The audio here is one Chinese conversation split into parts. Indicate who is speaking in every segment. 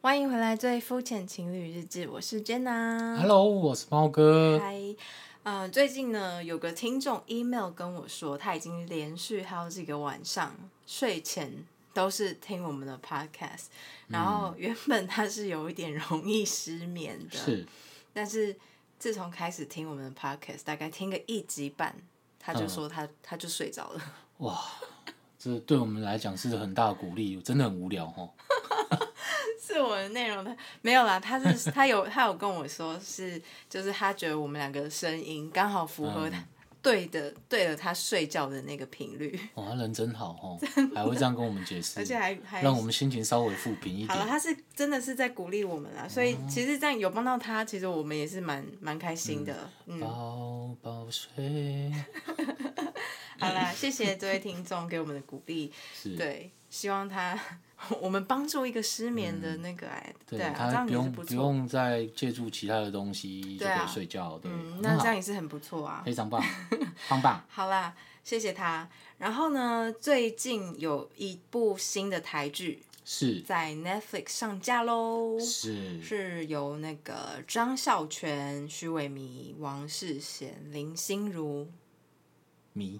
Speaker 1: 欢迎回来，《最肤浅情侣日志》，我是 Jenna。
Speaker 2: Hello，我是猫哥。
Speaker 1: 嗨，呃，最近呢，有个听众 email 跟我说，他已经连续好几个晚上睡前都是听我们的 podcast，然
Speaker 2: 嗯
Speaker 1: 后原本他是有一点容易失眠的，
Speaker 2: 是，
Speaker 1: 但是自从开始听我们的 podcast，大概听个一集半，他
Speaker 2: 嗯
Speaker 1: 就说他、他就睡着了。
Speaker 2: 这对我们来讲是很大的鼓励，真的很无聊哦。
Speaker 1: 是我的内容的没有啦，他是他有他有跟我说是，就是他觉得我们两个的声音刚好符合
Speaker 2: 嗯
Speaker 1: 他、对的对了他睡觉的那个频率，
Speaker 2: 哇，他人真好哦，还会这样跟我们解释，
Speaker 1: 而且还还
Speaker 2: 让我们心情稍微复平一
Speaker 1: 好了，
Speaker 2: 点。
Speaker 1: 他是真的是在鼓励我们啦，所
Speaker 2: 哦
Speaker 1: 以其实这样有帮到他，其实我们也是蛮蛮开心的。嗯，
Speaker 2: 宝宝睡，
Speaker 1: 好啦，谢谢这位听众给我们的鼓励，
Speaker 2: 是，
Speaker 1: 对，希望他 我们帮助一个失眠的那个哎、
Speaker 2: 嗯对
Speaker 1: 啊，这
Speaker 2: 他
Speaker 1: 样
Speaker 2: 不
Speaker 1: 也是
Speaker 2: 用
Speaker 1: 不
Speaker 2: 不
Speaker 1: 错，
Speaker 2: 用再借助其他的东西
Speaker 1: 对
Speaker 2: 就可
Speaker 1: 啊
Speaker 2: 以睡觉，对，
Speaker 1: 嗯，
Speaker 2: 很
Speaker 1: 那这
Speaker 2: 好
Speaker 1: 样，也是很不错啊。
Speaker 2: 非常棒，棒棒。
Speaker 1: 好啦，谢谢他。然后呢，最近有一部新的台剧
Speaker 2: 是
Speaker 1: 在 Netflix 上架喽，
Speaker 2: 是
Speaker 1: 是由那个张孝全、徐伟迷、王世贤、林心如，
Speaker 2: 迷，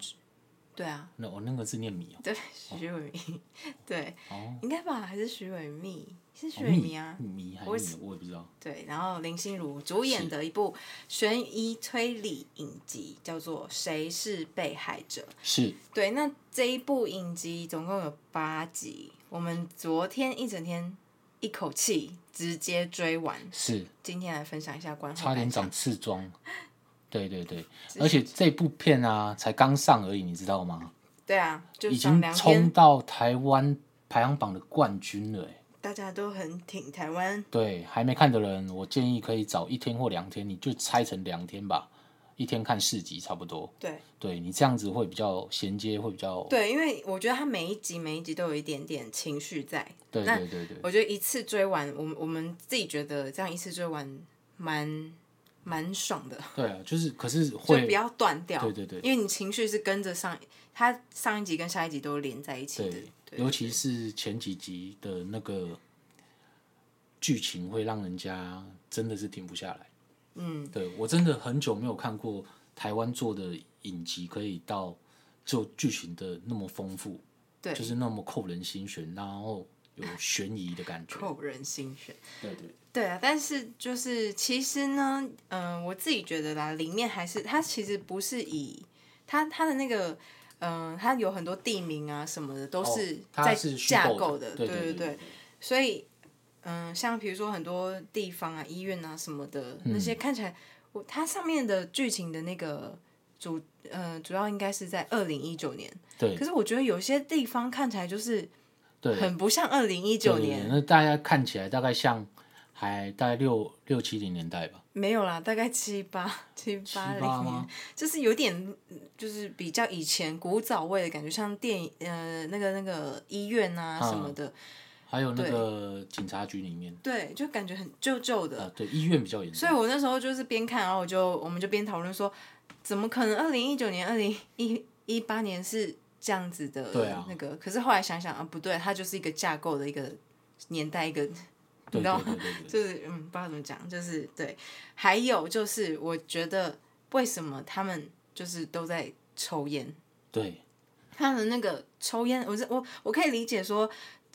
Speaker 1: 对啊，
Speaker 2: 那我那个字念迷哦，
Speaker 1: 对， 徐伟迷，对，
Speaker 2: 哦，
Speaker 1: 应该吧，还是徐伟密，是
Speaker 2: 哦
Speaker 1: 徐伟迷啊。
Speaker 2: 迷还
Speaker 1: 我
Speaker 2: 是迷，我也不知道。
Speaker 1: 对，然后林心如主演的一部悬疑推理影集，叫做《谁是被害者》。
Speaker 2: 是
Speaker 1: 对，那这一部影集总共有八集，我们昨天一整天一口气直接追完，
Speaker 2: 是，
Speaker 1: 今天来分享一下观后
Speaker 2: 差点
Speaker 1: 感想。
Speaker 2: 长刺疮。 对对对，而且这部片啊，才刚上而已，你知道吗？
Speaker 1: 对啊，就
Speaker 2: 已
Speaker 1: 上
Speaker 2: 经
Speaker 1: 两
Speaker 2: 冲
Speaker 1: 天，
Speaker 2: 到台湾排行榜的冠军了、欸。
Speaker 1: 大家都很挺台湾，
Speaker 2: 对，还没看的人，我建议可以找一天或两天，你就拆成两天吧，一天看四集差不多。
Speaker 1: 对
Speaker 2: 对你这样子会比较衔接，会比较
Speaker 1: 对，因为我觉得他每一集每一集都有一点点情绪在，
Speaker 2: 对
Speaker 1: 那
Speaker 2: 对对对，
Speaker 1: 我觉得一次追完，我们我们自己觉得这样一次追完蛮蛮爽的，
Speaker 2: 对啊，就是可是
Speaker 1: 就
Speaker 2: 会
Speaker 1: 不要断掉，
Speaker 2: 对对对
Speaker 1: 因为你情绪是跟着上，它上一集跟下一集都连在一起的，
Speaker 2: 对，尤其是前几集的那个剧情，会让人家真的是停不下来。嗯，对我真的很久没有看过台湾做的影集，可以到就剧情的那么丰富，
Speaker 1: 对
Speaker 2: 就是那么扣人心弦，然后有悬疑的感觉。
Speaker 1: 扣人心弦。
Speaker 2: 对对
Speaker 1: 对啊，但是就是其实呢，嗯、我自己觉得啦，里面还是它其实不是以它它的那个，嗯、它有很多地名啊什么的都是在
Speaker 2: 哦它是虚
Speaker 1: 架
Speaker 2: 构
Speaker 1: 构
Speaker 2: 的
Speaker 1: 对
Speaker 2: 对对
Speaker 1: 对
Speaker 2: 对，
Speaker 1: 所以嗯、像比如说很多地方啊、医院啊什么的
Speaker 2: 嗯
Speaker 1: 那些看起来，我它上面的剧情的那个主呃主要应该是在二零一九年，
Speaker 2: 对
Speaker 1: 可是我觉得有些地方看起来就是
Speaker 2: 对，
Speaker 1: 很不像二 零一九
Speaker 2: 对对
Speaker 1: 年，
Speaker 2: 那大家看起来大概像还大概六六七零年代吧，
Speaker 1: 没有啦，大概七八 七
Speaker 2: 七
Speaker 1: 八零
Speaker 2: 八
Speaker 1: 年
Speaker 2: 吗，
Speaker 1: 就是有点嗯就是比较以前古早味的感觉，像电影呃那个那个医院啊
Speaker 2: 嗯
Speaker 1: 什么的，
Speaker 2: 还有那个警察局里面
Speaker 1: 对，就感觉很旧旧的。
Speaker 2: 啊，对医院比较严重
Speaker 1: 所以。我那时候就是边看，然后我就我们就边讨论说，怎么可能二零一九年、二零一一八年是这样子的
Speaker 2: 对啊
Speaker 1: 那个？可是后来想想啊，不对，它就是一个架构的一个年代一个
Speaker 2: 对
Speaker 1: 道
Speaker 2: 对对对对
Speaker 1: 就是嗯，不知道怎么讲，就是对。还有就是，我觉得为什么他们就是都在抽烟？
Speaker 2: 对，
Speaker 1: 他的那个抽烟，我是我我可以理解说，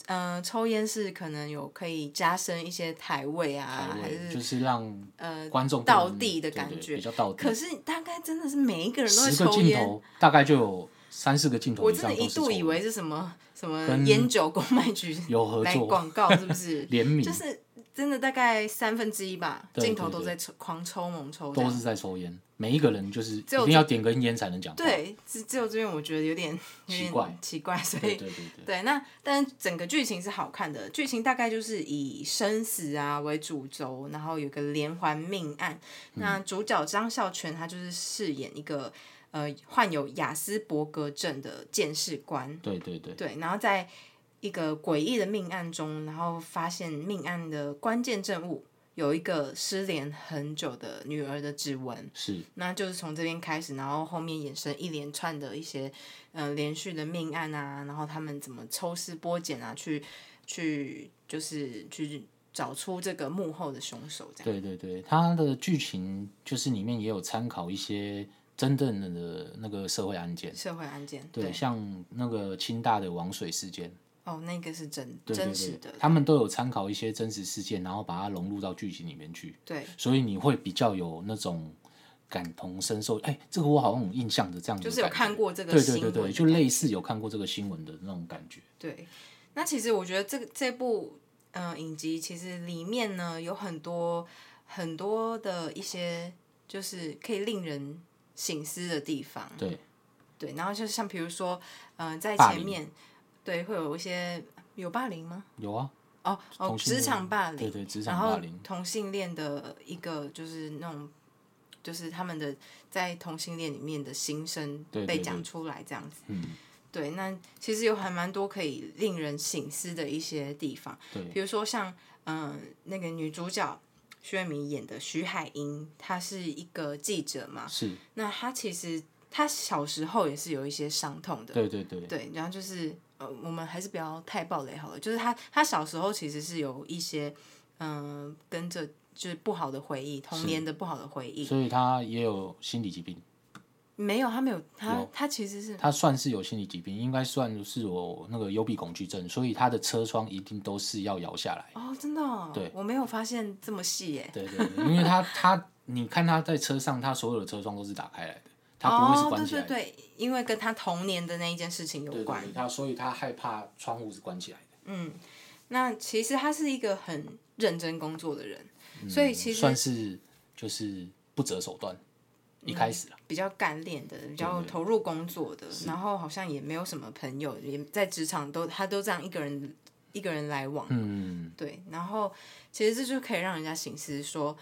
Speaker 1: 呃，抽烟是可能有可以加深一些台味啊，
Speaker 2: 台
Speaker 1: 还
Speaker 2: 味
Speaker 1: 是
Speaker 2: 就是让
Speaker 1: 呃
Speaker 2: 观众不
Speaker 1: 道
Speaker 2: 能
Speaker 1: 地的
Speaker 2: 对
Speaker 1: 感
Speaker 2: 对
Speaker 1: 觉
Speaker 2: 比较道地。
Speaker 1: 可是大概真的是每一个人都会
Speaker 2: 十个
Speaker 1: 抽
Speaker 2: 镜
Speaker 1: 烟。
Speaker 2: 头大概就有三四个镜头
Speaker 1: 我
Speaker 2: 以
Speaker 1: 真
Speaker 2: 上
Speaker 1: 的
Speaker 2: 都
Speaker 1: 一
Speaker 2: 是抽
Speaker 1: 度以
Speaker 2: 烟
Speaker 1: 为是什么什么
Speaker 2: 跟
Speaker 1: 烟酒公卖局
Speaker 2: 有合
Speaker 1: 来
Speaker 2: 作
Speaker 1: 广告，是不 是？
Speaker 2: 联名
Speaker 1: 就是真的大概三分之一吧，
Speaker 2: 对
Speaker 1: 镜头
Speaker 2: 对
Speaker 1: 都
Speaker 2: 对
Speaker 1: 在抽狂抽猛抽这
Speaker 2: 都
Speaker 1: 样，
Speaker 2: 是在抽烟，每一个人就是一
Speaker 1: 有
Speaker 2: 定要点根烟才能讲话。
Speaker 1: 对，只只有这边我觉得有 点有
Speaker 2: 奇
Speaker 1: 点
Speaker 2: 怪
Speaker 1: 奇怪，所
Speaker 2: 对
Speaker 1: 以
Speaker 2: 对对对
Speaker 1: 对那但是整个剧情是好看的，剧情大概就是以生死啊为主轴，然后有个连环命案，
Speaker 2: 嗯
Speaker 1: 那主角张孝全他就是饰演一个呃患有雅斯伯格症的鉴识官，
Speaker 2: 对对对，
Speaker 1: 对，然后在一个诡异的命案中，然后发现命案的关键证物有一个失联很久的女儿的指纹，
Speaker 2: 是
Speaker 1: 那就是从这边开始，然后后面衍生一连串的一些嗯、呃连续的命案啊，然后他们怎么抽丝剥茧啊，去去就是去找出这个幕后的凶手，这样。
Speaker 2: 对对对，它的剧情就是里面也有参考一些真正的那个社会案件，
Speaker 1: 社会案件，
Speaker 2: 对，像那个清大的王水事件，
Speaker 1: 哦，那个是真
Speaker 2: 对对
Speaker 1: 真实
Speaker 2: 对
Speaker 1: 的，，
Speaker 2: 他们都有参考一些真实事件，然后把它融入到剧情里面去，
Speaker 1: 对，
Speaker 2: 所以你会比较有那种感同身受，哎、这个我好像有印象的这样子，
Speaker 1: 就是有看。过这个
Speaker 2: 对
Speaker 1: 新
Speaker 2: 对
Speaker 1: 闻
Speaker 2: 对
Speaker 1: 的感觉，
Speaker 2: 对，就类似有看过这个新闻的那种感觉。
Speaker 1: 对，那其实我觉得这个这部嗯、呃影集其实里面呢有很多很多的一些就是可以令人醒思的地方。
Speaker 2: 对
Speaker 1: 对，然后就像比如说嗯、呃在
Speaker 2: 霸
Speaker 1: 前
Speaker 2: 凌
Speaker 1: 面对会有一些有霸凌吗？
Speaker 2: 有啊，
Speaker 1: 哦哦，
Speaker 2: 同性
Speaker 1: 职
Speaker 2: 恋
Speaker 1: 场霸凌，
Speaker 2: 对对，职
Speaker 1: 然
Speaker 2: 场霸
Speaker 1: 后
Speaker 2: 凌，
Speaker 1: 同性恋的一个就是那种。就是他们的在同性恋里面的心声
Speaker 2: 对对
Speaker 1: 被
Speaker 2: 对
Speaker 1: 讲出来，这样子。
Speaker 2: 嗯，
Speaker 1: 对，那其实有还蛮多可以令人醒思的一些地方，
Speaker 2: 对
Speaker 1: 比如说像嗯、呃那个女主角徐慧敏演的徐海英，她是一个记者嘛，
Speaker 2: 是，
Speaker 1: 那她其实她小时候也是有一些伤痛的，
Speaker 2: 对对对，
Speaker 1: 对，然后就是呃，我们还是不要太暴雷好了，就是她她小时候其实是有一些嗯、呃跟着就是不好的回忆，童
Speaker 2: 是
Speaker 1: 年的不好的回忆，
Speaker 2: 所以他也有心理疾病。
Speaker 1: 没有，她没有，她
Speaker 2: 有
Speaker 1: 她其实是
Speaker 2: 他算是有心理疾病，应该算是有那个幽闭恐惧症，所以他的车窗一定都是要摇下来。
Speaker 1: 哦，真的、哦，
Speaker 2: 对
Speaker 1: 我没有发现这么细耶。
Speaker 2: 对对对，因为他他你看他在车上，他所有的车窗都是打开来的，他不会是关起
Speaker 1: 哦、
Speaker 2: 来的。
Speaker 1: 对对对，因为跟他童年的那一件事情有
Speaker 2: 对
Speaker 1: 关。
Speaker 2: 对，他所以他害怕窗户是关起来的，
Speaker 1: 那其实他是一个很认真工作的人，所以其
Speaker 2: 嗯算
Speaker 1: 实
Speaker 2: 是就是不择手段。一开始啊，
Speaker 1: 比较干练的，比较投入工作的，然后好像也没有什么朋友，也在职场都他都这样一个人一个人来往。
Speaker 2: 嗯，
Speaker 1: 对，然后其实这就可以让人家醒思说，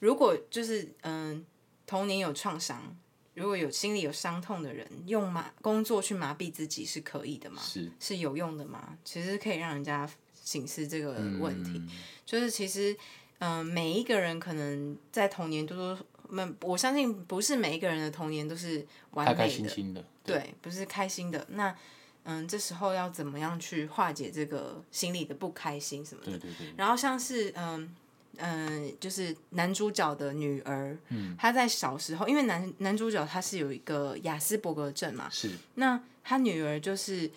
Speaker 1: 如果就是嗯童年有创伤，如果有心里有伤痛的人，用麻工作去麻痹自己是可以的吗？
Speaker 2: 是
Speaker 1: 是有用的吗？其实可以让人家醒思这个
Speaker 2: 嗯
Speaker 1: 问题，就是其实，嗯、每一个人可能在童年多多，那我相信不是每一个人的童年都是完
Speaker 2: 开
Speaker 1: 美的，
Speaker 2: 开心心的，
Speaker 1: 对，不是开心的。那嗯，这时候要怎么样去化解这个心里的不开心什么的？
Speaker 2: 对对对，
Speaker 1: 然后像是嗯嗯、就是男主角的女儿，
Speaker 2: 嗯
Speaker 1: 她在小时候，因为男男主角他是有一个雅斯伯格症嘛，
Speaker 2: 是
Speaker 1: 那他女儿就是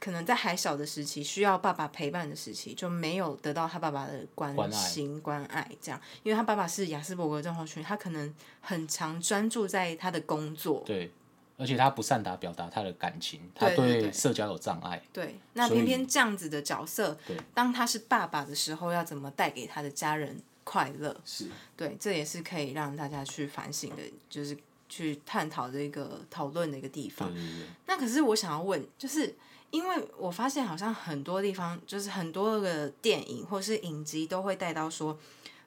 Speaker 1: 可能在还小的时期，需要爸爸陪伴的时期，就没有得到他爸爸的关
Speaker 2: 关爱
Speaker 1: 心、关爱这样。因为他爸爸是雅斯伯格症候群，他可能很常专注在他的工作。
Speaker 2: 对，而且他不善达表达他的感情，他
Speaker 1: 对对对
Speaker 2: 对社交有障碍，
Speaker 1: 对，那
Speaker 2: 所以
Speaker 1: 偏偏这样子的角色
Speaker 2: 对，
Speaker 1: 当他是爸爸的时候，要怎么带给他的家人快乐？
Speaker 2: 是
Speaker 1: 对，这也是可以让大家去反省的，就是去探讨这个讨论的一个地方
Speaker 2: 对。对对，
Speaker 1: 那可是我想要问，就是因为我发现好像很多地方，就是很多的电影或是影集都会带到说，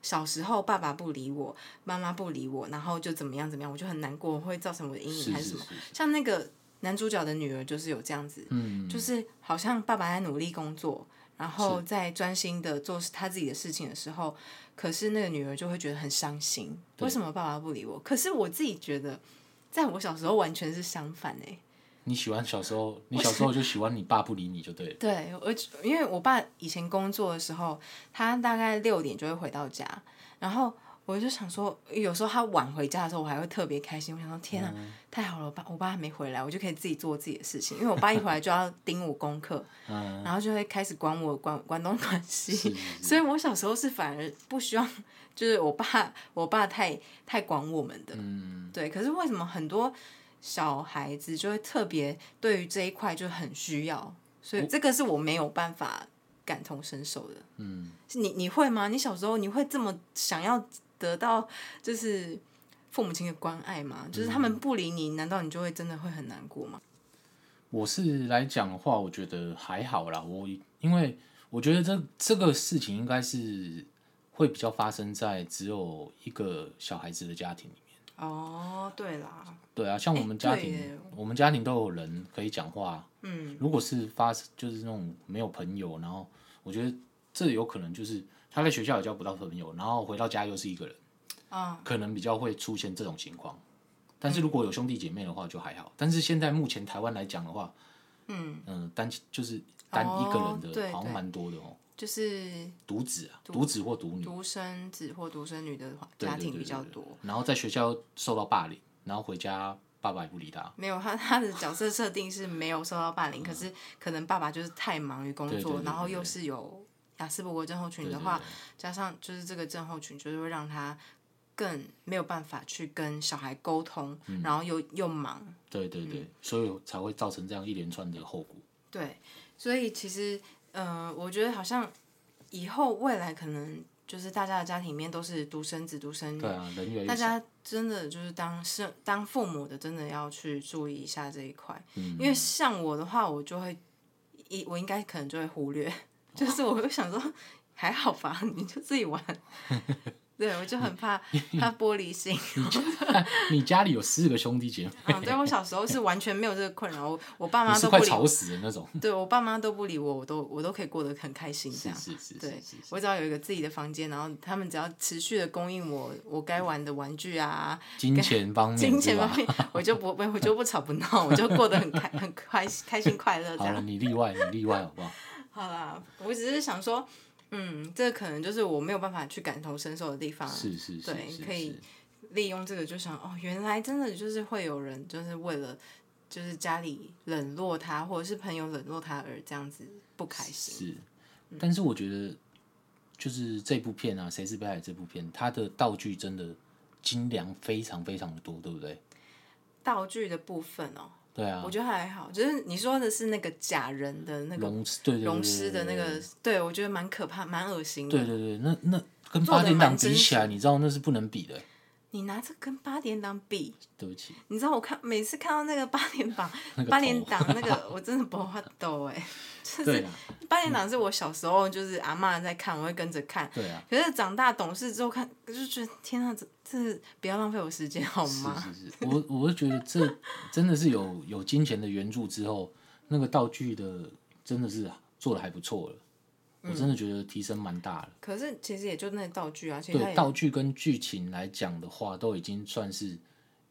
Speaker 1: 小时候爸爸不理我，妈妈不理我，然后就怎么样怎么样，我就很难过，会造成我的阴
Speaker 2: 是
Speaker 1: 影还是
Speaker 2: 是
Speaker 1: 什么？
Speaker 2: 是，
Speaker 1: 像那个男主角的女儿就是有这样子，
Speaker 2: 嗯，
Speaker 1: 就是好像爸爸在努力工作，然后在专心的做他自己的事情的时候，可是那个女儿就会觉得很伤心，
Speaker 2: 对
Speaker 1: 为什么爸爸不理我？可是我自己觉得，在我小时候完全是相反哎、
Speaker 2: 你喜欢小时候，你小时候就喜欢你爸不理你就对了。
Speaker 1: 对，我就因为我爸以前工作的时候，他大概六点就会回到家，然后我就想说，有时候他晚回家的时候，我还会特别开心。我想说，天啊，
Speaker 2: 嗯
Speaker 1: 太好了，我爸我爸还没回来，我就可以自己做自己的事情。因为我爸一回来就要盯我功课，
Speaker 2: 嗯，
Speaker 1: 然后就会开始管我管管东管西
Speaker 2: 是。是
Speaker 1: 所以我小时候是反而不希望，就是我爸我爸太太管我们的。
Speaker 2: 嗯，
Speaker 1: 对，可是为什么很多小孩子就会特别对于这一块就很需要？所以这个是我没有办法感同身受的。
Speaker 2: 嗯，
Speaker 1: 是你你会吗？你小时候你会这么想要得到就是父母亲的关爱吗？就是他
Speaker 2: 嗯
Speaker 1: 们不理你，难道你就会真的会很难过吗？
Speaker 2: 我是来讲的话，我觉得还好啦。我因为我觉得这这个事情应该是会比较发生在只有一个小孩子的家庭里面。
Speaker 1: 哦，对啦，
Speaker 2: 对啊，像我们家庭，
Speaker 1: 哎对耶
Speaker 2: 我们家庭都有人可以讲话。
Speaker 1: 嗯，
Speaker 2: 如果是发就是那种没有朋友，然后我觉得这有可能就是他在学校也交不到朋友，然后回到家又是一个人，
Speaker 1: 啊、
Speaker 2: 可能比较会出现这种情况。但是如果有兄弟姐妹的话就还好。但是现在目前台湾来讲的话，嗯嗯、单亲就是单一个人
Speaker 1: 哦
Speaker 2: 的，
Speaker 1: 对
Speaker 2: 好像
Speaker 1: 对
Speaker 2: 蛮多的哦。
Speaker 1: 就是
Speaker 2: 独子啊，独子或独女，
Speaker 1: 独生子或独生女的话
Speaker 2: 对
Speaker 1: 家
Speaker 2: 对
Speaker 1: 庭
Speaker 2: 对
Speaker 1: 比较
Speaker 2: 对
Speaker 1: 多。
Speaker 2: 然后在学校受到霸凌，然后回家爸爸也不理他，
Speaker 1: 没有，他他的角色设定是没有受到霸凌，可是可能爸爸就是太忙于工作，
Speaker 2: 对对对对
Speaker 1: 然后又是有雅斯伯格症候群的话，加上就是这个症候群，就是会让他更没有办法去跟小孩沟通，
Speaker 2: 嗯
Speaker 1: 然后又又忙，
Speaker 2: 对对
Speaker 1: 嗯
Speaker 2: 对，所以才会造成这样一连串的后果。
Speaker 1: 对，所以其实，呃，我觉得好像以后未来可能就是大家的家庭里面都是独生子、独生女
Speaker 2: 对，啊，人越来
Speaker 1: 大
Speaker 2: 越少。
Speaker 1: 家真的就是当是当父母的，真的要去注意一下这一块，
Speaker 2: 嗯
Speaker 1: 因为像我的话，我就会一我应该可能就会忽略， 就是我会想说还好吧， 你就自己 玩。对，我就很怕怕玻璃心。
Speaker 2: 你家里有四个兄弟姐妹，
Speaker 1: 嗯，对我小时候是完全没有这个困扰，我我爸
Speaker 2: 你
Speaker 1: 妈
Speaker 2: 是
Speaker 1: 都不
Speaker 2: 快
Speaker 1: 理，
Speaker 2: 吵死的那种。
Speaker 1: 对我爸妈都不理我，我都我都可以过得很开心这
Speaker 2: 是
Speaker 1: 样。
Speaker 2: 是是是
Speaker 1: 对
Speaker 2: 是，是，
Speaker 1: 我只要有一个自己的房间，然后他们只要持续的供应我我该玩的玩具啊，
Speaker 2: 金钱方面，
Speaker 1: 金钱
Speaker 2: 是吧
Speaker 1: 方面，我就不我就不吵不闹，我就过得很开很开开心快乐这
Speaker 2: 好
Speaker 1: 样
Speaker 2: 了，。你例外，你例外好 不好？
Speaker 1: 好啦，我只是想说，嗯，这可能就是我没有办法去感同身受的地方。
Speaker 2: 是是是
Speaker 1: 对
Speaker 2: 是
Speaker 1: 可以
Speaker 2: 是，
Speaker 1: 利用这个就想，哦，原来真的就是会有人就是为了就是家里冷落他，或者是朋友冷落他而这样子不开心。嗯
Speaker 2: 是，但是我觉得就是这部片啊，《谁是被害者》这部片，它的道具真的精良非常非常的多，对不对？
Speaker 1: 道具的部分哦，
Speaker 2: 对啊
Speaker 1: 我，觉得还好，就是你说的是那个假人的那个
Speaker 2: 龙狮对对对
Speaker 1: 溶
Speaker 2: 对
Speaker 1: 尸的那
Speaker 2: 对
Speaker 1: 个，对我觉得蛮可怕、蛮恶心的。
Speaker 2: 对对对，那那跟
Speaker 1: 做得
Speaker 2: 八点档
Speaker 1: 蛮真
Speaker 2: 比起来，你知道那是不能比的。
Speaker 1: 你拿这跟八点档比，
Speaker 2: 对不起，
Speaker 1: 你知道我看每次看到那个八点档
Speaker 2: 那个
Speaker 1: 八点
Speaker 2: 头
Speaker 1: 档那个，我真的不会抖哎。
Speaker 2: 对啊，
Speaker 1: 八点档是我小时候就是阿嬷在看，我会跟着看。
Speaker 2: 对啊，
Speaker 1: 可是长大懂事之后看，就觉得天啊，这这不要浪费我时间好吗？
Speaker 2: 是是是，我我是觉得这真的是有有金钱的援助之后，那个道具的真的是做的还不错了，我真的觉得提升蛮大了。
Speaker 1: 可是其实也就那道具啊，其实它嗯
Speaker 2: 对
Speaker 1: 也
Speaker 2: 道具跟剧情来讲的话，都已经算是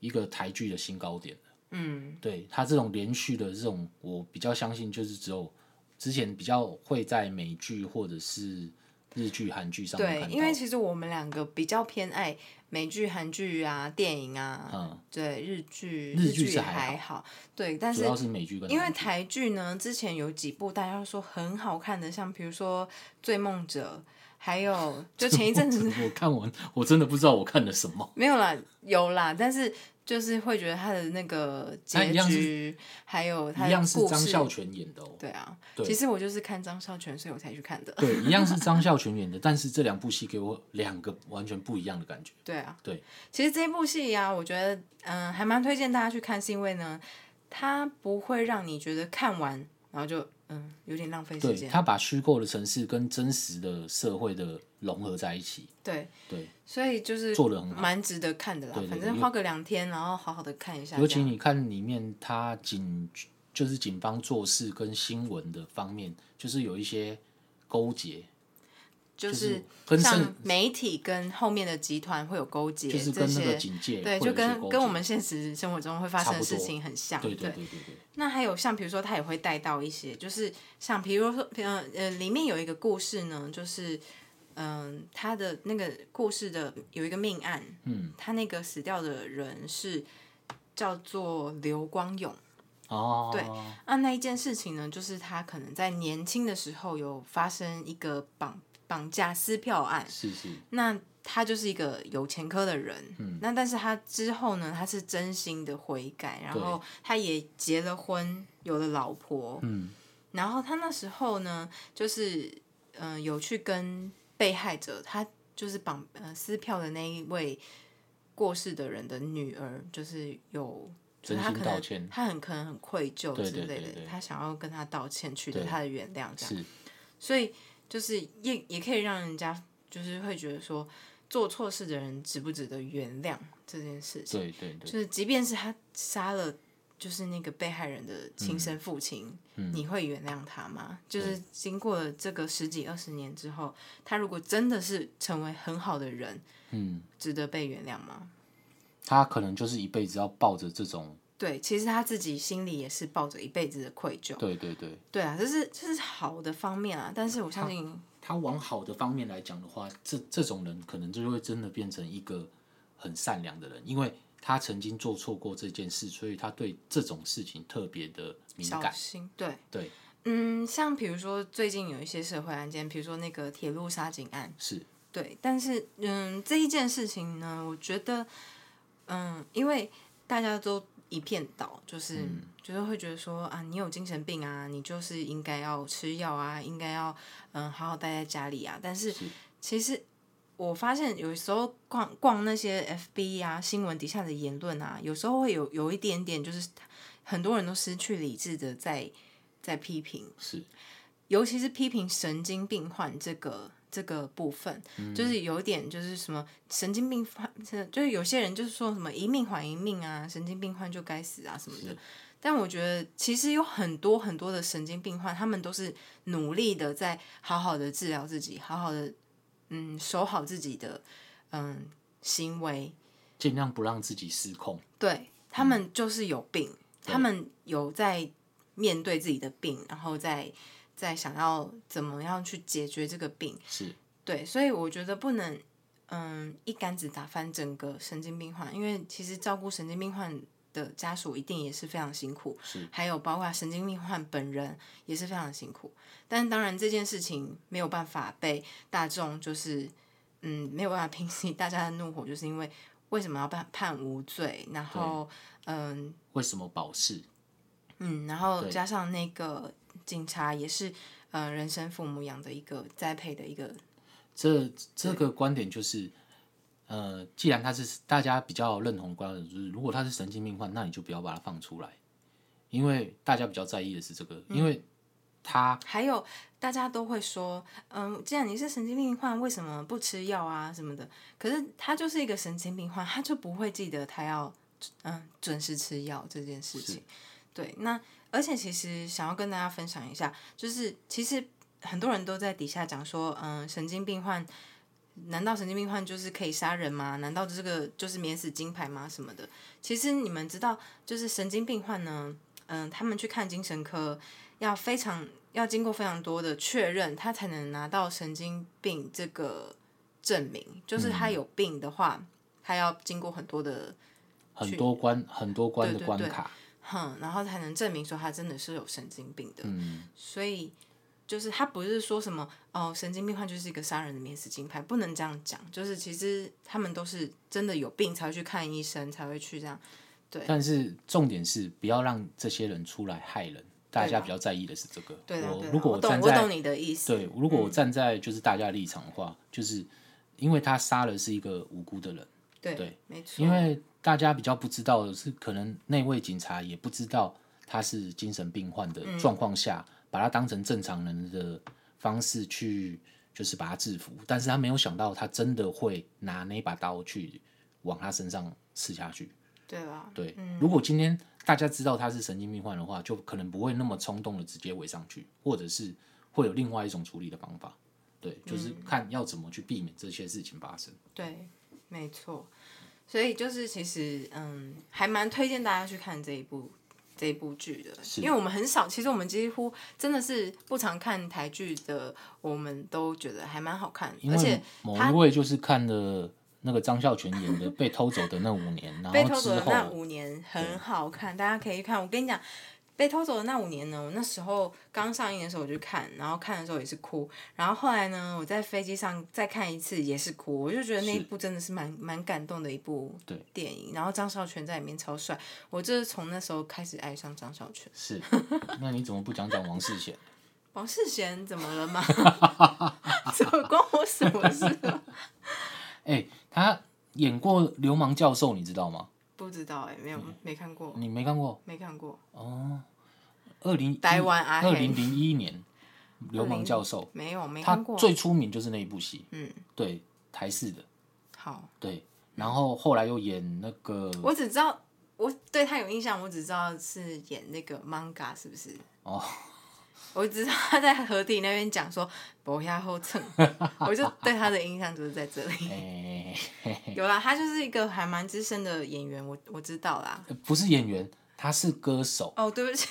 Speaker 2: 一个台剧的新高点了。
Speaker 1: 嗯
Speaker 2: 对它这种连续的这种，我比较相信就是只有之前比较会在美剧或者是日剧、韩剧上面
Speaker 1: 对
Speaker 2: 看，到。
Speaker 1: 因为其实我们两个比较偏爱美剧、韩剧啊、电影啊，
Speaker 2: 嗯，
Speaker 1: 对日剧，
Speaker 2: 日剧
Speaker 1: 剧
Speaker 2: 是
Speaker 1: 也
Speaker 2: 还
Speaker 1: 还好，对，但
Speaker 2: 主
Speaker 1: 是
Speaker 2: 要是美剧跟
Speaker 1: 因为
Speaker 2: 韩剧
Speaker 1: 台剧呢，之前有几部大家都说很好看的，像比如说《追梦者》，还 有就前一阵子
Speaker 2: 我看完我真的不知道我看了什么。
Speaker 1: 没有啦，有啦，但是就是会觉得它的那个
Speaker 2: 它
Speaker 1: 结
Speaker 2: 一样是
Speaker 1: 局，还有它
Speaker 2: 一
Speaker 1: 的
Speaker 2: 样是
Speaker 1: 故
Speaker 2: 张
Speaker 1: 事，
Speaker 2: 孝全演的哦。
Speaker 1: 对 啊，
Speaker 2: 对
Speaker 1: 其实我就是看张孝全，所以我才去看的，
Speaker 2: 对，一样是张孝全演的，但是这两部戏给我两个完全不一样的感觉。
Speaker 1: 对啊，
Speaker 2: 对，
Speaker 1: 其实这部戏呀、我觉得嗯、还蛮推荐大家去看，是因为呢，它不会让你觉得看完然后就嗯有点浪费时
Speaker 2: 对
Speaker 1: 间，
Speaker 2: 他把虚构的城市跟真实的社会的融合在一起，
Speaker 1: 对，
Speaker 2: 对，
Speaker 1: 所以就是啊
Speaker 2: 做得很好
Speaker 1: 蛮值得看的啦。
Speaker 2: 对对
Speaker 1: 反
Speaker 2: 对
Speaker 1: 正
Speaker 2: 尤
Speaker 1: 花个两天，然后好好的看一下。
Speaker 2: 尤
Speaker 1: 这
Speaker 2: 其
Speaker 1: 样
Speaker 2: 你看里面他警就是警方做事跟新闻的方面，就是有一些勾结，
Speaker 1: 就
Speaker 2: 就是
Speaker 1: 是
Speaker 2: 跟
Speaker 1: 像
Speaker 2: 甚
Speaker 1: 媒体跟后面的集团会有勾结，
Speaker 2: 就是
Speaker 1: 这
Speaker 2: 跟那个
Speaker 1: 些
Speaker 2: 警戒
Speaker 1: 对，
Speaker 2: 会
Speaker 1: 就
Speaker 2: 有一些
Speaker 1: 跟
Speaker 2: 勾
Speaker 1: 跟
Speaker 2: 结
Speaker 1: 我们现实生活中会发生的
Speaker 2: 差不
Speaker 1: 事
Speaker 2: 多
Speaker 1: 情很像。
Speaker 2: 对对对对对，
Speaker 1: 那还有像比如说，他也会带到一些，就是像比如说，呃呃，里面有一个故事呢，就是嗯、他的那个故事的有一个命案，嗯，他那个死掉的人是叫做刘光勇。
Speaker 2: 哦，
Speaker 1: 对那啊那一件事情呢，就是他可能在年轻的时候有发生一个绑绑架撕票案，
Speaker 2: 是是，
Speaker 1: 那他就是一个有前科的人，
Speaker 2: 嗯
Speaker 1: 那但是他之后呢，他是真心的悔改，然后他也结了婚，有了老婆，
Speaker 2: 嗯，
Speaker 1: 然后他那时候呢，就是嗯、呃有去跟被害者，他就是绑呃撕票的那一位过世的人的女儿，就是有。就
Speaker 2: 真
Speaker 1: 是他
Speaker 2: 心
Speaker 1: 可
Speaker 2: 道
Speaker 1: 能
Speaker 2: 歉
Speaker 1: 他很可能很愧疚
Speaker 2: 对
Speaker 1: 之
Speaker 2: 对
Speaker 1: 类的，
Speaker 2: 对对
Speaker 1: 他想要跟他道歉，取得
Speaker 2: 对
Speaker 1: 他的原谅，这样。
Speaker 2: 是
Speaker 1: 所以就是也也可以让人家就是会觉得说，做错事的人值不值得原谅这件事情，
Speaker 2: 对对对，
Speaker 1: 就是即便是他杀了就是那个被害人的
Speaker 2: 嗯
Speaker 1: 亲生父亲，你会原谅他吗？就是经过了这个十几二十年之后，他如果真的是成为很好的人，
Speaker 2: 嗯，
Speaker 1: 值得被原谅吗？
Speaker 2: 他可能就是一辈子要抱着这种
Speaker 1: 对，其实他自己心里也是抱着一辈子的愧疚。
Speaker 2: 对对对，
Speaker 1: 对啊，这是这是好的方面啊，但是我相信，
Speaker 2: 他往好的方面来讲的话，这这种人可能就会真的变成一个很善良的人，因为他曾经做错过这件事，所以他对这种事情特别的敏
Speaker 1: 小
Speaker 2: 感。
Speaker 1: 心，对
Speaker 2: 对，
Speaker 1: 嗯，像比如说最近有一些社会案件，比如说那个铁路杀警案，
Speaker 2: 是
Speaker 1: 对，但是嗯，这一件事情呢，我觉得，嗯，因为大家都一片倒，就是、就是会觉得说啊，你有精神病啊，你就是应该要吃药啊，应该要嗯好好待在家里啊。但是
Speaker 2: 是
Speaker 1: 其实我发现有时候逛逛那些 FB 啊新闻底下的言论啊，有时候会有有一点点就是很多人都失去理智的在在批评，
Speaker 2: 是，
Speaker 1: 尤其是批评神经病患这个这个部分，就是有点就是什么神经病患，就是有些人就是说什么一命还一命啊，神经病患就该死啊什么的
Speaker 2: 是。
Speaker 1: 但我觉得其实有很多很多的神经病患，他们都是努力的在好好的治疗自己，好好的嗯守好自己的嗯行为，
Speaker 2: 尽量不让自己失控。
Speaker 1: 对他们就是有病，他们有在面对自己的病，然后再再想要怎么样去解决这个病。
Speaker 2: 是
Speaker 1: 对，所以我觉得不能嗯一竿子打翻整个神经病患，因为其实照顾神经病患的家属一定也是非常辛苦，
Speaker 2: 是
Speaker 1: 还有包括神经病患本人也是非常辛苦。但当然这件事情没有办法被大众就是嗯没有办法平息大家的怒火，就是因为为什么要判判无罪，然后嗯
Speaker 2: 为什么保释？
Speaker 1: 嗯，然后
Speaker 2: 对
Speaker 1: 加上那个警察也是嗯、呃人生父母养的一个栽培的一个
Speaker 2: 这这个观点就是，呃，既然他是大家比较认同的观点，就是如果他是神经病患，那你就不要把他放出来，因为大家比较在意的是这个，
Speaker 1: 嗯
Speaker 2: 因为他
Speaker 1: 还有大家都会说，嗯，既然你是神经病患，为什么不吃药啊什么的？可是他就是一个神经病患，他就不会记得他要嗯准时吃药这件事情。对，那而且其实想要跟大家分享一下，就是其实很多人都在底下讲说，嗯，神经病患。难道神经病患就是可以杀人吗？难道这个就是免死金牌吗？什么的？其实你们知道，就是神经病患呢，嗯，他们去看精神科，要非常要经过非常多的确认，他才能拿到神经病这个证明。就是
Speaker 2: 嗯
Speaker 1: 他有病的话，他要经过很多的
Speaker 2: 很多关很多关的
Speaker 1: 对对
Speaker 2: 关
Speaker 1: 对
Speaker 2: 卡，
Speaker 1: 哼，然后才能证明说他真的是有神经病的。
Speaker 2: 嗯
Speaker 1: 所以就是他不是说什么哦，神经病患就是一个杀人的免死金牌，不能这样讲。就是其实他们都是真的有病才会去看医生，才会去这样。
Speaker 2: 但是重点是不要让这些人出来害人，大家比较在意的是这个。
Speaker 1: 对啦
Speaker 2: 我
Speaker 1: 对啦
Speaker 2: 如果
Speaker 1: 我懂
Speaker 2: 站
Speaker 1: 我
Speaker 2: 在
Speaker 1: 懂你的意思，嗯
Speaker 2: 对，如果我站在就是大家的立场的话，就是因为他杀了是一个无辜的人。
Speaker 1: 对，
Speaker 2: 对
Speaker 1: 没错，
Speaker 2: 因为大家比较不知道的是，可能那位警察也不知道他是精神病患的
Speaker 1: 嗯
Speaker 2: 状况下，把他当成正常人的方式去，就是把他制服。但是他没有想到，他真的会拿那把刀去往他身上刺下去。
Speaker 1: 对吧？
Speaker 2: 对，如果今天大家知道他是神经病患的话，就可能不会那么冲动的直接围上去，或者是会有另外一种处理的方法。对，
Speaker 1: 嗯
Speaker 2: 就是看要怎么去避免这些事情发生。
Speaker 1: 对，没错。所以就是其实嗯，还蛮推荐大家去看这一部这一部剧的，因为我们很少，其实我们几乎真的是不常看台剧的，我们都觉得还蛮好看的，
Speaker 2: 因
Speaker 1: 而
Speaker 2: 为
Speaker 1: 且
Speaker 2: 某
Speaker 1: 他
Speaker 2: 一位就是看了那个张孝全演的《被偷走的那五 年》，然
Speaker 1: 被偷
Speaker 2: 后
Speaker 1: 走
Speaker 2: 之
Speaker 1: 的那
Speaker 2: 后
Speaker 1: 五年很好看，大家可以去看。我跟你讲，被偷走的那五年呢，我那时候刚上映的时候我就看，然后看的时候也是哭，然后后来呢，我在飞机上再看一次也是哭，我就觉得那一部真的是蛮蛮感动的一部
Speaker 2: 对
Speaker 1: 电影。然后张孝全在里面超帅，我就是从那时候开始爱上张孝全。
Speaker 2: 是，那你怎么不讲讲王世贤？
Speaker 1: 王世贤怎么了吗？ 这关我什么事 啊？
Speaker 2: 哎、他演过《流氓教授》，你知道吗？
Speaker 1: 不知道哎、没有没看过，
Speaker 2: 你没看过？哦
Speaker 1: 没看过。
Speaker 2: 二零
Speaker 1: 台湾阿
Speaker 2: 二
Speaker 1: 黑
Speaker 2: 零零一年《流氓教授》，
Speaker 1: 没有没
Speaker 2: 他
Speaker 1: 看过。啊
Speaker 2: 最出名就是那一部戏，
Speaker 1: 嗯，
Speaker 2: 对，台式的，
Speaker 1: 好。
Speaker 2: 对。然后后来又演那个
Speaker 1: 我只知道我对他有印象，我只知道是演那个 manga 是不是？
Speaker 2: 哦，
Speaker 1: 我只知道他在河堤那边讲说“博下后蹭”，我 就对他的印象就是在这里。
Speaker 2: 哎、
Speaker 1: 有啦，他就是一个还蛮资深的演员，我我知道啦。
Speaker 2: 不是演员，他是歌手，
Speaker 1: 哦，对不起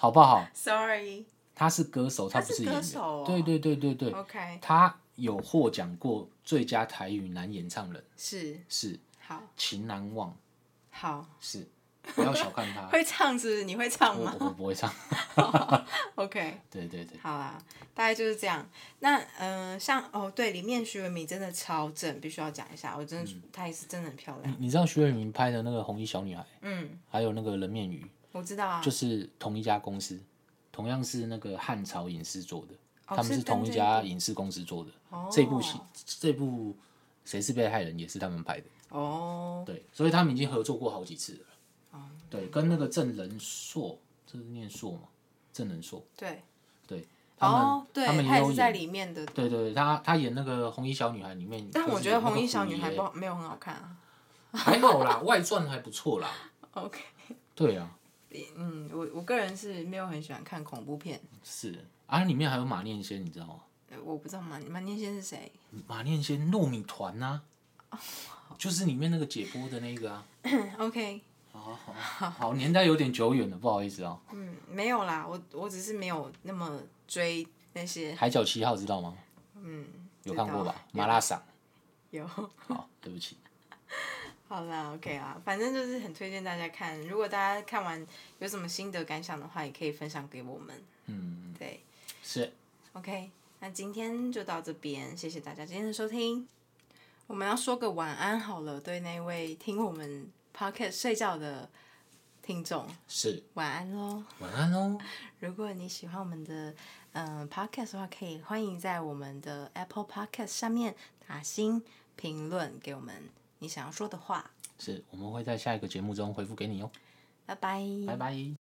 Speaker 2: 好不好？
Speaker 1: ，sorry。
Speaker 2: 他是歌手， 他不
Speaker 1: 是
Speaker 2: 演
Speaker 1: 歌
Speaker 2: 员。
Speaker 1: 手哦
Speaker 2: 对对对对对，
Speaker 1: OK，
Speaker 2: 他有获奖过最佳台语男演唱人，
Speaker 1: 是
Speaker 2: 是
Speaker 1: 好，
Speaker 2: 秦难忘，
Speaker 1: 好
Speaker 2: 是不要小看他。
Speaker 1: 会唱是不是？你会唱
Speaker 2: 我
Speaker 1: 吗
Speaker 2: 我我不会唱，
Speaker 1: ？OK，
Speaker 2: 对对对，
Speaker 1: 好啦，大概就是这样。那嗯、呃像哦，对，里面徐文明真的超正，必须要讲一下，我真的、她也是真的很漂亮。
Speaker 2: 你你知道徐伟明拍的那个《红衣小女孩》，
Speaker 1: 嗯，
Speaker 2: 还有那个《人面鱼
Speaker 1: 我知道啊》，，
Speaker 2: 就是同一家公司，同样是那个汉朝影视做的，
Speaker 1: 哦
Speaker 2: 他们
Speaker 1: 是
Speaker 2: 是同
Speaker 1: 跟
Speaker 2: 一
Speaker 1: 这
Speaker 2: 家影视公司做的。
Speaker 1: 哦
Speaker 2: 这部戏，这部《谁是被害人》也是他们拍的。
Speaker 1: 哦，
Speaker 2: 对，所以他们已经合作过好几次了。对，跟那个郑仁硕，这是念硕吗？郑仁硕，
Speaker 1: 对，
Speaker 2: 对他们，
Speaker 1: 哦，对，
Speaker 2: 他们
Speaker 1: 她也
Speaker 2: 也有
Speaker 1: 是在
Speaker 2: 演。
Speaker 1: 里面的，
Speaker 2: 对对对，他他演那个《红衣小女孩》里面，
Speaker 1: 但我觉
Speaker 2: 就是
Speaker 1: 得
Speaker 2: 演那个
Speaker 1: 红衣
Speaker 2: 狐
Speaker 1: 小女孩
Speaker 2: 狸
Speaker 1: 不好没有很好看啊。
Speaker 2: 还好啦，外传还不错啦。
Speaker 1: OK，
Speaker 2: 对啊，
Speaker 1: 嗯，我我个人是没有很喜欢看恐怖片，
Speaker 2: 是啊，里面还有马念先，你知道吗？
Speaker 1: 呃我不知道马马念先是谁。
Speaker 2: 马念先糯米团呐、就是里面那个解播的那个啊。
Speaker 1: OK，
Speaker 2: 好好好，好年代有点久远了，不好意思啊、
Speaker 1: 嗯，没有啦，我我只是没有那么追那些
Speaker 2: 海角七号知道吗？哎嗯，有看过
Speaker 1: 知道
Speaker 2: 吧？麻辣嗓。
Speaker 1: 有。
Speaker 2: 好，对不起。
Speaker 1: 好啦，OK 啦，反正就是很推荐大家看。如果大家看完有什么心得感想的话，也可以分享给我们。
Speaker 2: 嗯，
Speaker 1: 对
Speaker 2: 是，
Speaker 1: ，OK，那今天就到这边，谢谢大家今天的收听。我们要说个晚安好了，对那位听我们 Podcast 睡觉的听众，
Speaker 2: 是，
Speaker 1: 晚安喽。
Speaker 2: 晚安哦。
Speaker 1: 如果你喜欢我们的嗯、呃 podcast 的话，可以欢迎在我们的 Apple Podcast 上面打星评论给我们你想要说的话。
Speaker 2: 是，我们会在下一个节目中回复给你哦。
Speaker 1: 拜拜。
Speaker 2: 拜拜。